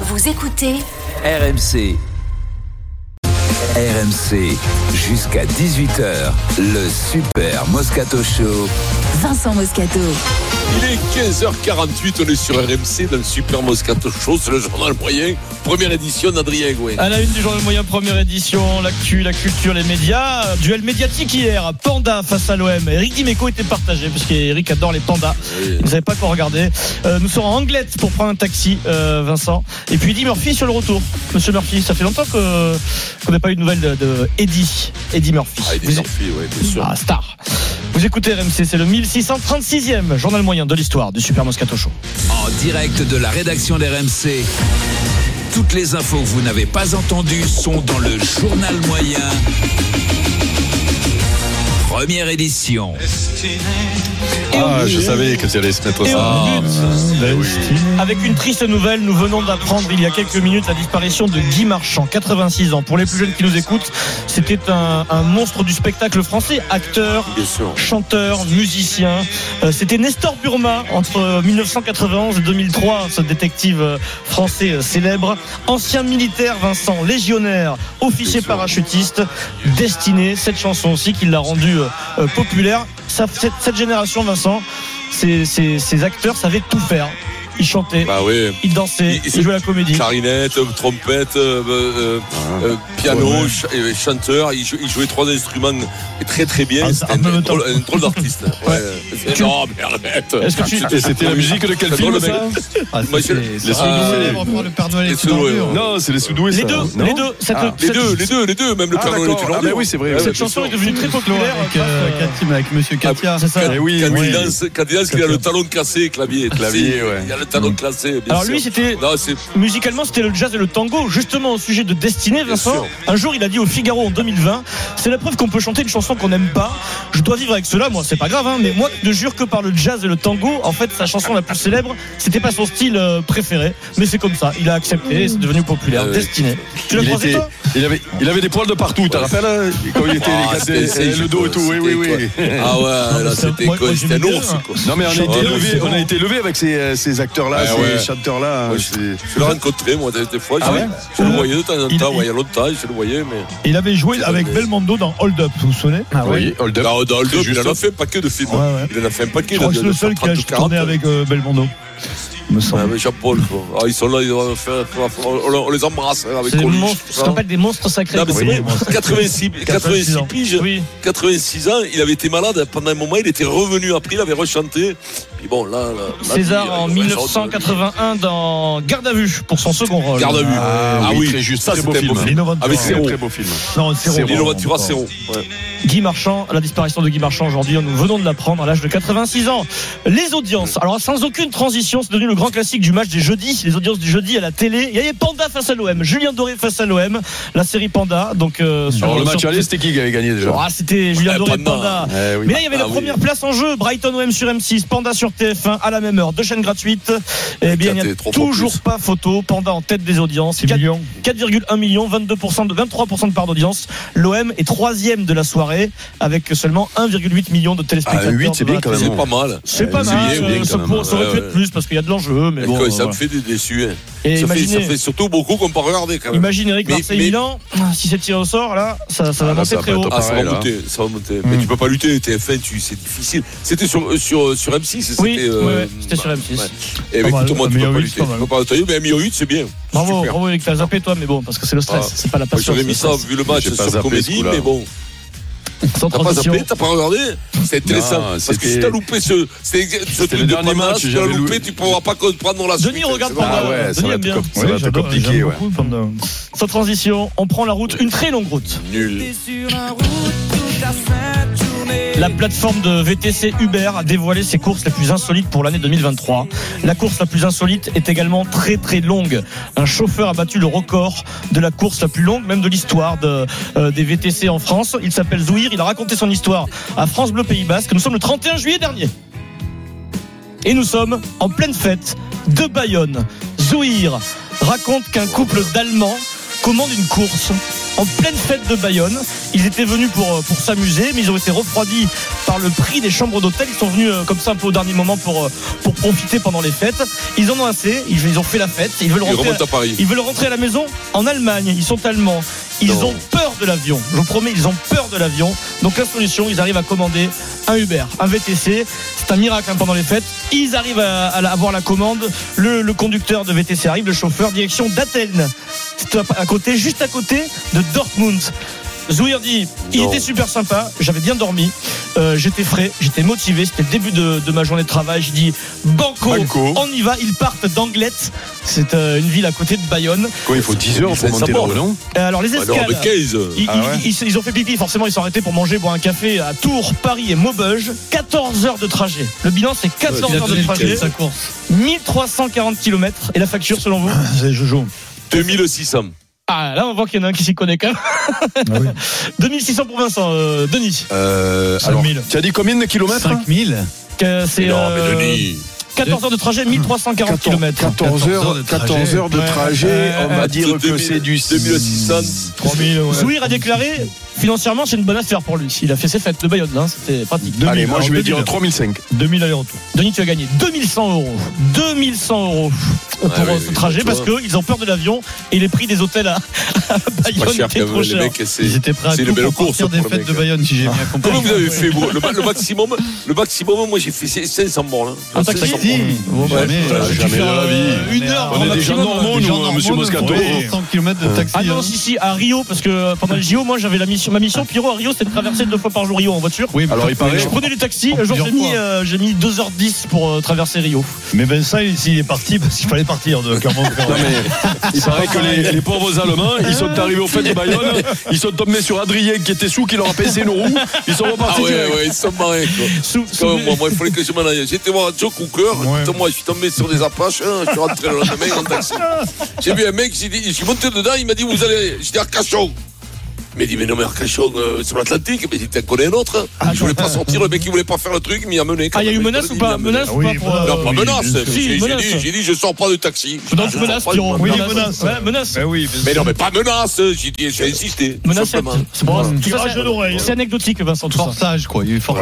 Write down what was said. Vous écoutez RMC. RMC, jusqu'à 18h, le Super Moscato Show. Vincent Moscato. Il est 15h48, on est sur RMC dans le Super Moscato Show, c'est le journal moyen, première édition d'Adrien Gouin. Ah. À la une du journal moyen, première édition, l'actu, la culture, les médias. Duel médiatique hier, Panda face à l'OM. Eric Dimeco était partagé, parce qu'Eric adore les pandas. Oui. Vous n'avez pas encore regardé. Euh, nous serons en Anglette pour prendre un taxi, euh, Vincent. Et puis Eddie Murphy sur le retour. Monsieur Murphy, ça fait longtemps que- qu'on n'a pas eu de nouvelles de, de Eddie. Eddie Murphy. Ah, il est Vous- sorti, ouais, bien sûr. Ah, star. Vous écoutez RMC, c'est le 1636e journal moyen de l'histoire du Super Moscato Show. En direct de la rédaction d'RMC. Toutes les infos que vous n'avez pas entendues sont dans le journal moyen. Première édition. Ah, je savais que tu allais se mettre Et ça. au but, Avec une triste nouvelle, nous venons d'apprendre il y a quelques minutes la disparition de Guy Marchand, 86 ans. Pour les plus jeunes qui nous écoutent, c'était un, un monstre du spectacle français, acteur, Bien sûr. chanteur, musicien. Euh, c'était Nestor Burma entre 1991 et 2003, ce détective euh, français euh, célèbre. Ancien militaire, Vincent, légionnaire, Bien officier sûr. parachutiste, destiné, cette chanson aussi qui l'a rendu euh, euh, populaire. Ça- cette, cette génération, Vincent, ces, ces- ces acteurs savaient tout faire. Ils chantaient, Bah oui. ils dansaient, Et- et- ils jouaient la comédie. Clarinette, euh, trompette, euh, euh, Ah. euh, piano, ch- euh, chanteur, il, jou- il jouait trois instruments et très très bien. Ah, C'était en un, même un temps. drôle, un drôle d'artiste. Ouais. C'est- Non, mais arrête. Est-ce que tu- Et c'était la musique de quel C'est film drôle, ça Moi, je- Les Ah, sous-doués. Pour le Père hein. Noël Les était sous, dans le ouais, mur. ouais. Non, c'est les sous-doués. Les ça, deux, non les deux, cette, Ah, hein. Les cette- deux, les deux, les deux, même le Ah, Père Noël d'accord. était Ah, l'ordure. bah oui, c'est vrai, Ouais, oui. bien cette chanson sûr. est devenue très populaire. avec, grâce, euh, euh, Katim, avec Monsieur Katia. c'est ça. Eh oui, Quand oui. il danse, quand il danse, il a le talon cassé, clavier. Clavier, Si, ouais. Mm. Il a le talon classé. bien Alors sûr. lui, c'était Non, c'est musicalement, c'était le jazz et le tango. Justement, au sujet de Destinée, Vincent, sûr. un jour, il a dit au Figaro en 2020, c'est la preuve qu'on peut chanter une chanson qu'on n'aime pas. Je dois vivre avec cela, moi, c'est pas grave, hein, mais moi, je ne jure que par le jazz et le tango. En fait, sa chanson la plus célèbre, c'était pas son style euh, préféré, mais c'est comme ça. Il a accepté et c'est devenu populaire. Ah oui. Destinée. Tu l'as Il, croisé, était- toi il avait, il avait des poils de partout, t'as rappelé hein Quand il était Ah, les gars, c'était- des- c'est- le dos et tout, oui, oui, c'était oui. quoi. Ah ouais, là, mais ça- c'était moi- quoi moi, C'était un j'ai mis ours, deux, hein. quoi. Non, mais on a été Ah, oui, élevés- c'est on bon. a été élevé avec ces, euh, ces acteurs-là, Ah, ces ouais. chanteurs-là. Ouais, c'est- Je l'ai rencontré, moi, des, des fois. Ah je, ouais je le voyais de temps en Euh, Il- temps, il- ouais, il y a longtemps, je le voyais, mais. Il avait joué avec Belmondo dans Hold Up, vous vous souvenez Oui, hold up. Dans, dans le Très deux, juste. il en a fait un paquet de films. Ouais, ouais. Il en a fait un paquet Je crois de que c'est le seul qui a 30, 40. tourné avec euh, Belmondo. Me Ouais, semble. avec Jean-Paul, quoi. Ah, ils sont là, ils vont faire, on, on- on les embrasse hein, avec C'est des Coluche, monstres, tout ce ça. qu'on appelle des monstres sacrés. Non, mais c'est Oui, vrai, des monstres. 86, 86 ans. piges, Ah Oui. 86 ans, il avait été malade pendant un moment, il était revenu après, il avait rechanté. Puis bon, là. euh, là- là, il- César en il- 1981 dans Garde à vue pour son second rôle. Garde à vue. Ah, Ah oui, oui, très juste, ça, très beau c'était un beau film. film. Lino Ventura. Avec C'est un Zéro. très beau film. Non, Zéro. Lino Ventura, Zéro. Ouais. Guy Marchand, la disparition de Guy Marchand aujourd'hui, nous venons de l'apprendre à l'âge de 86 ans. Les audiences, alors sans aucune transition, c'est devenu le grand classique du match des jeudis, les audiences du jeudi à la télé. Il y avait Panda face à l'OM, Julien Doré face à l'OM, la série Panda. Donc euh, sur- Alors, le match sur- aller, c'était qui qui avait gagné déjà Ah, c'était Julien Ouais, Doré Panda. Panda. Eh oui. Mais là, il y avait la Ah, première place en jeu. Brighton OM sur M6, Panda sur TF1 à la même heure. Deux chaînes gratuites. Eh bien, il n'y Éclaté, a trois fois toujours plus. pas photo. Panda en tête des audiences. 4 4,1 millions, 22% de 23% de part d'audience. L'OM est troisième de la soirée avec seulement 1,8 million de téléspectateurs. Ah, huit, c'est devant bien la quand télé. même. C'est pas mal. C'est pas C'est mal, bien, bien euh, ça, quand même, pour- ça aurait ouais, pu être ouais. plus parce qu'il y a de l'enjeu, mais bon. euh, D'accord, ça voilà. me fait des déçus. hein. Et Ça, fait, ça imaginez, fait surtout beaucoup qu'on peut regarder quand même. imaginez Eric Mais- Marseille-Milan, si c'est tiré au sort, là, ça, ça va Ah, là, monter ça très va haut. être Ah, ça va Pareil, là. monter, ça va monter. Hmm. Mais tu peux pas lutter, TF1, tu- c'est difficile. C'était sur, euh, sur, sur M6, c'était. Oui, euh, ouais, ouais, c'était sur M6. Eh ben, Pas écoute-moi, mal, tu peux un pas million huit, lutter. c'est pas Tu peux pas lutter, mais 1,8 million, c'est bien. Bravo, Super. bravo Eric, t'as zappé toi, mais bon, parce que c'est le stress, Ah. c'est pas la passion. J'aurais c'est le mis ça, stress. vu le match J'ai pas sur zappé ce Comédie, coup-là. mais bon. Sans T'as pas transition. zappé, t'as pas regardé C'est intéressant. Non, Parce que si c'était- t'as loupé ce, c'est- ce truc le de dernier Panda, match, si tu l'as j'avais loupé, lou- tu pourras pas comprendre la suite. Denis, regarde c'est vrai. Panda. Ah ouais, ça Denis aime va être bien. com- ça va être compliqué, ouais. euh, Sans transition, on prend la route, une très longue route. Nul. La plateforme de VTC Uber a dévoilé ses courses les plus insolites pour l'année 2023. La course la plus insolite est également très très longue. Un chauffeur a battu le record de la course la plus longue, même de l'histoire de, euh, des VTC en France. Il s'appelle Zouir, il a raconté son histoire à France Bleu Pays Basque. Nous sommes le 31 juillet dernier. Et nous sommes en pleine fête de Bayonne. Zouir raconte qu'un couple d'Allemands commande une course en pleine fête de Bayonne. Ils étaient venus pour, euh, pour s'amuser, mais ils ont été refroidis par le prix des chambres d'hôtel. Ils sont venus euh, comme ça un peu au dernier moment pour, euh, pour profiter pendant les fêtes. Ils en ont assez, ils, ils ont fait la fête, ils veulent Il rentrer. à- remonte à Paris. ils veulent rentrer à la maison en Allemagne. Ils sont allemands. Ils Non. ont peur de l'avion. Je vous promets, ils ont peur de l'avion. Donc la solution, ils arrivent à commander un Uber, un VTC. C'est un miracle hein, pendant les fêtes. Ils arrivent à, à la- à avoir la commande. Le, le conducteur de VTC arrive, le chauffeur, direction d'Athènes. C'est à, à côté, juste à côté de Dortmund. Zouir dit, il Non. était super sympa, j'avais bien dormi, euh, j'étais frais, j'étais motivé, c'était le début de, de ma journée de travail, je dis banco, Banco. on y va, ils partent d'Anglette, c'est euh, une ville à côté de Bayonne. Quoi, il faut 10 heures Il faut pour monter savoir. là-haut, non Euh, alors les Alors, escales, de 15. ils, Bah, Ah ouais ils- ils- ils ont fait pipi, forcément ils sont arrêtés pour manger, boire un café à Tours, Paris et Maubeuge. 14 heures de trajet. Le bilan c'est 14 heures de trajet, 1340 km et la facture selon vous C'est Jojo. 2600. Ah là on voit qu'il y en a un qui s'y connaît quand même. Ah oui. 2600 pour Vincent, euh, Denis. euh, Cinq alors, mille. Tu as dit combien de kilomètres 5000 Que C'est Non, mais euh, Denis. 14 heures de trajet, 1340 km. 14 heures, 14 heures de Ouais, trajet, ouais, on va ouais, dire que 2000, c'est du 2600. 3000, ouais. Zouir a déclaré financièrement c'est une bonne affaire pour lui. Il a fait ses fêtes de Bayonne, hein, c'était pratique. 2000, Allez, moi alors je vais 2000. dire 3005. 2000 aller-retour. Denis, tu as gagné 2100 euros. 2100 euros pour Ah oui, euh, ce oui, trajet tu parce qu'ils ont peur de l'avion et les prix des hôtels à, à Pas Bayonne cher étaient quand trop même, les chers. mecs. C'est Ils étaient prêts à c'est tout une belle pour course partir des pour le fêtes mec. de Bayonne, si j'ai bien compris. Comment vous avez fait vous le, ma- le maximum, le maximum, moi j'ai fait 500 bornes. hein. Un taxi 500 Si, bornes. bon, bah, Ouais, mais, voilà, euh, jamais tu de fais, la euh, vie. une heure On est grand des maximum, gens normaux, nous, des gens euh, normaux, monsieur nous, hein, Moscato. oui. 100 km de taxi. Ah non, hein. si, si, à Rio, parce que euh, pendant les JO, moi j'avais la mission. Ma mission, Pierrot, à Rio, c'était de traverser deux fois par jour Rio en voiture. Oui, mais Alors, ça, il paraît- Je prenais les taxis, En genre plusieurs j'ai mis, fois. euh, j'ai mis 2h10 pour euh, traverser Rio. Mais Vincent, il s'il est parti parce qu'il fallait partir de Clermont-Ferrand. Non mais il paraît que les, les pauvres Allemands, ils sont arrivés Ah au fait de Bayonne, ils sont tombés sur Adrien qui était sous, qui leur a pincé une roue, ils sont Ah repartis ouais, direct. ouais, ils sont marrés quoi. Sou- Comme souvenez- moi, moi, il fallait que je m'en aille. J'étais voir Joe Cooker, Ouais. putain, moi je suis tombé sur des Apaches, hein, je suis rentré le lendemain en taxi. J'ai vu un mec, j'ai dit, je suis monté dedans, il m'a dit vous allez. J'étais Arcachon. Il m'a dit mais non mais Arcachon euh, sur l'Atlantique, mais t'en connais un autre. hein. je voulais pas sortir, le mec il voulait pas faire le truc, il m'y a mené. quand Ah, il y a même. Il eu menace m'a ou dit, pas il m'a mené. Menace ou pas Oui, pour. euh, menace. Non, pas oui, menace. bien sûr. Si, J'ai j'ai menace. dit, j'ai dit, je sors pas de taxi. Non, Je menace, sors pas de- Pierrot. Oui, menace. menace. Ouais, menace. Ben oui, Mais non mais pas menace, j'ai dit, j'ai insisté. tout Menace, simplement. c'est bon. Voilà. Tout ça, Tirage de l'oreille. hein. C'est anecdotique, Vincent, tout ça. forçage, quoi. Il est fort.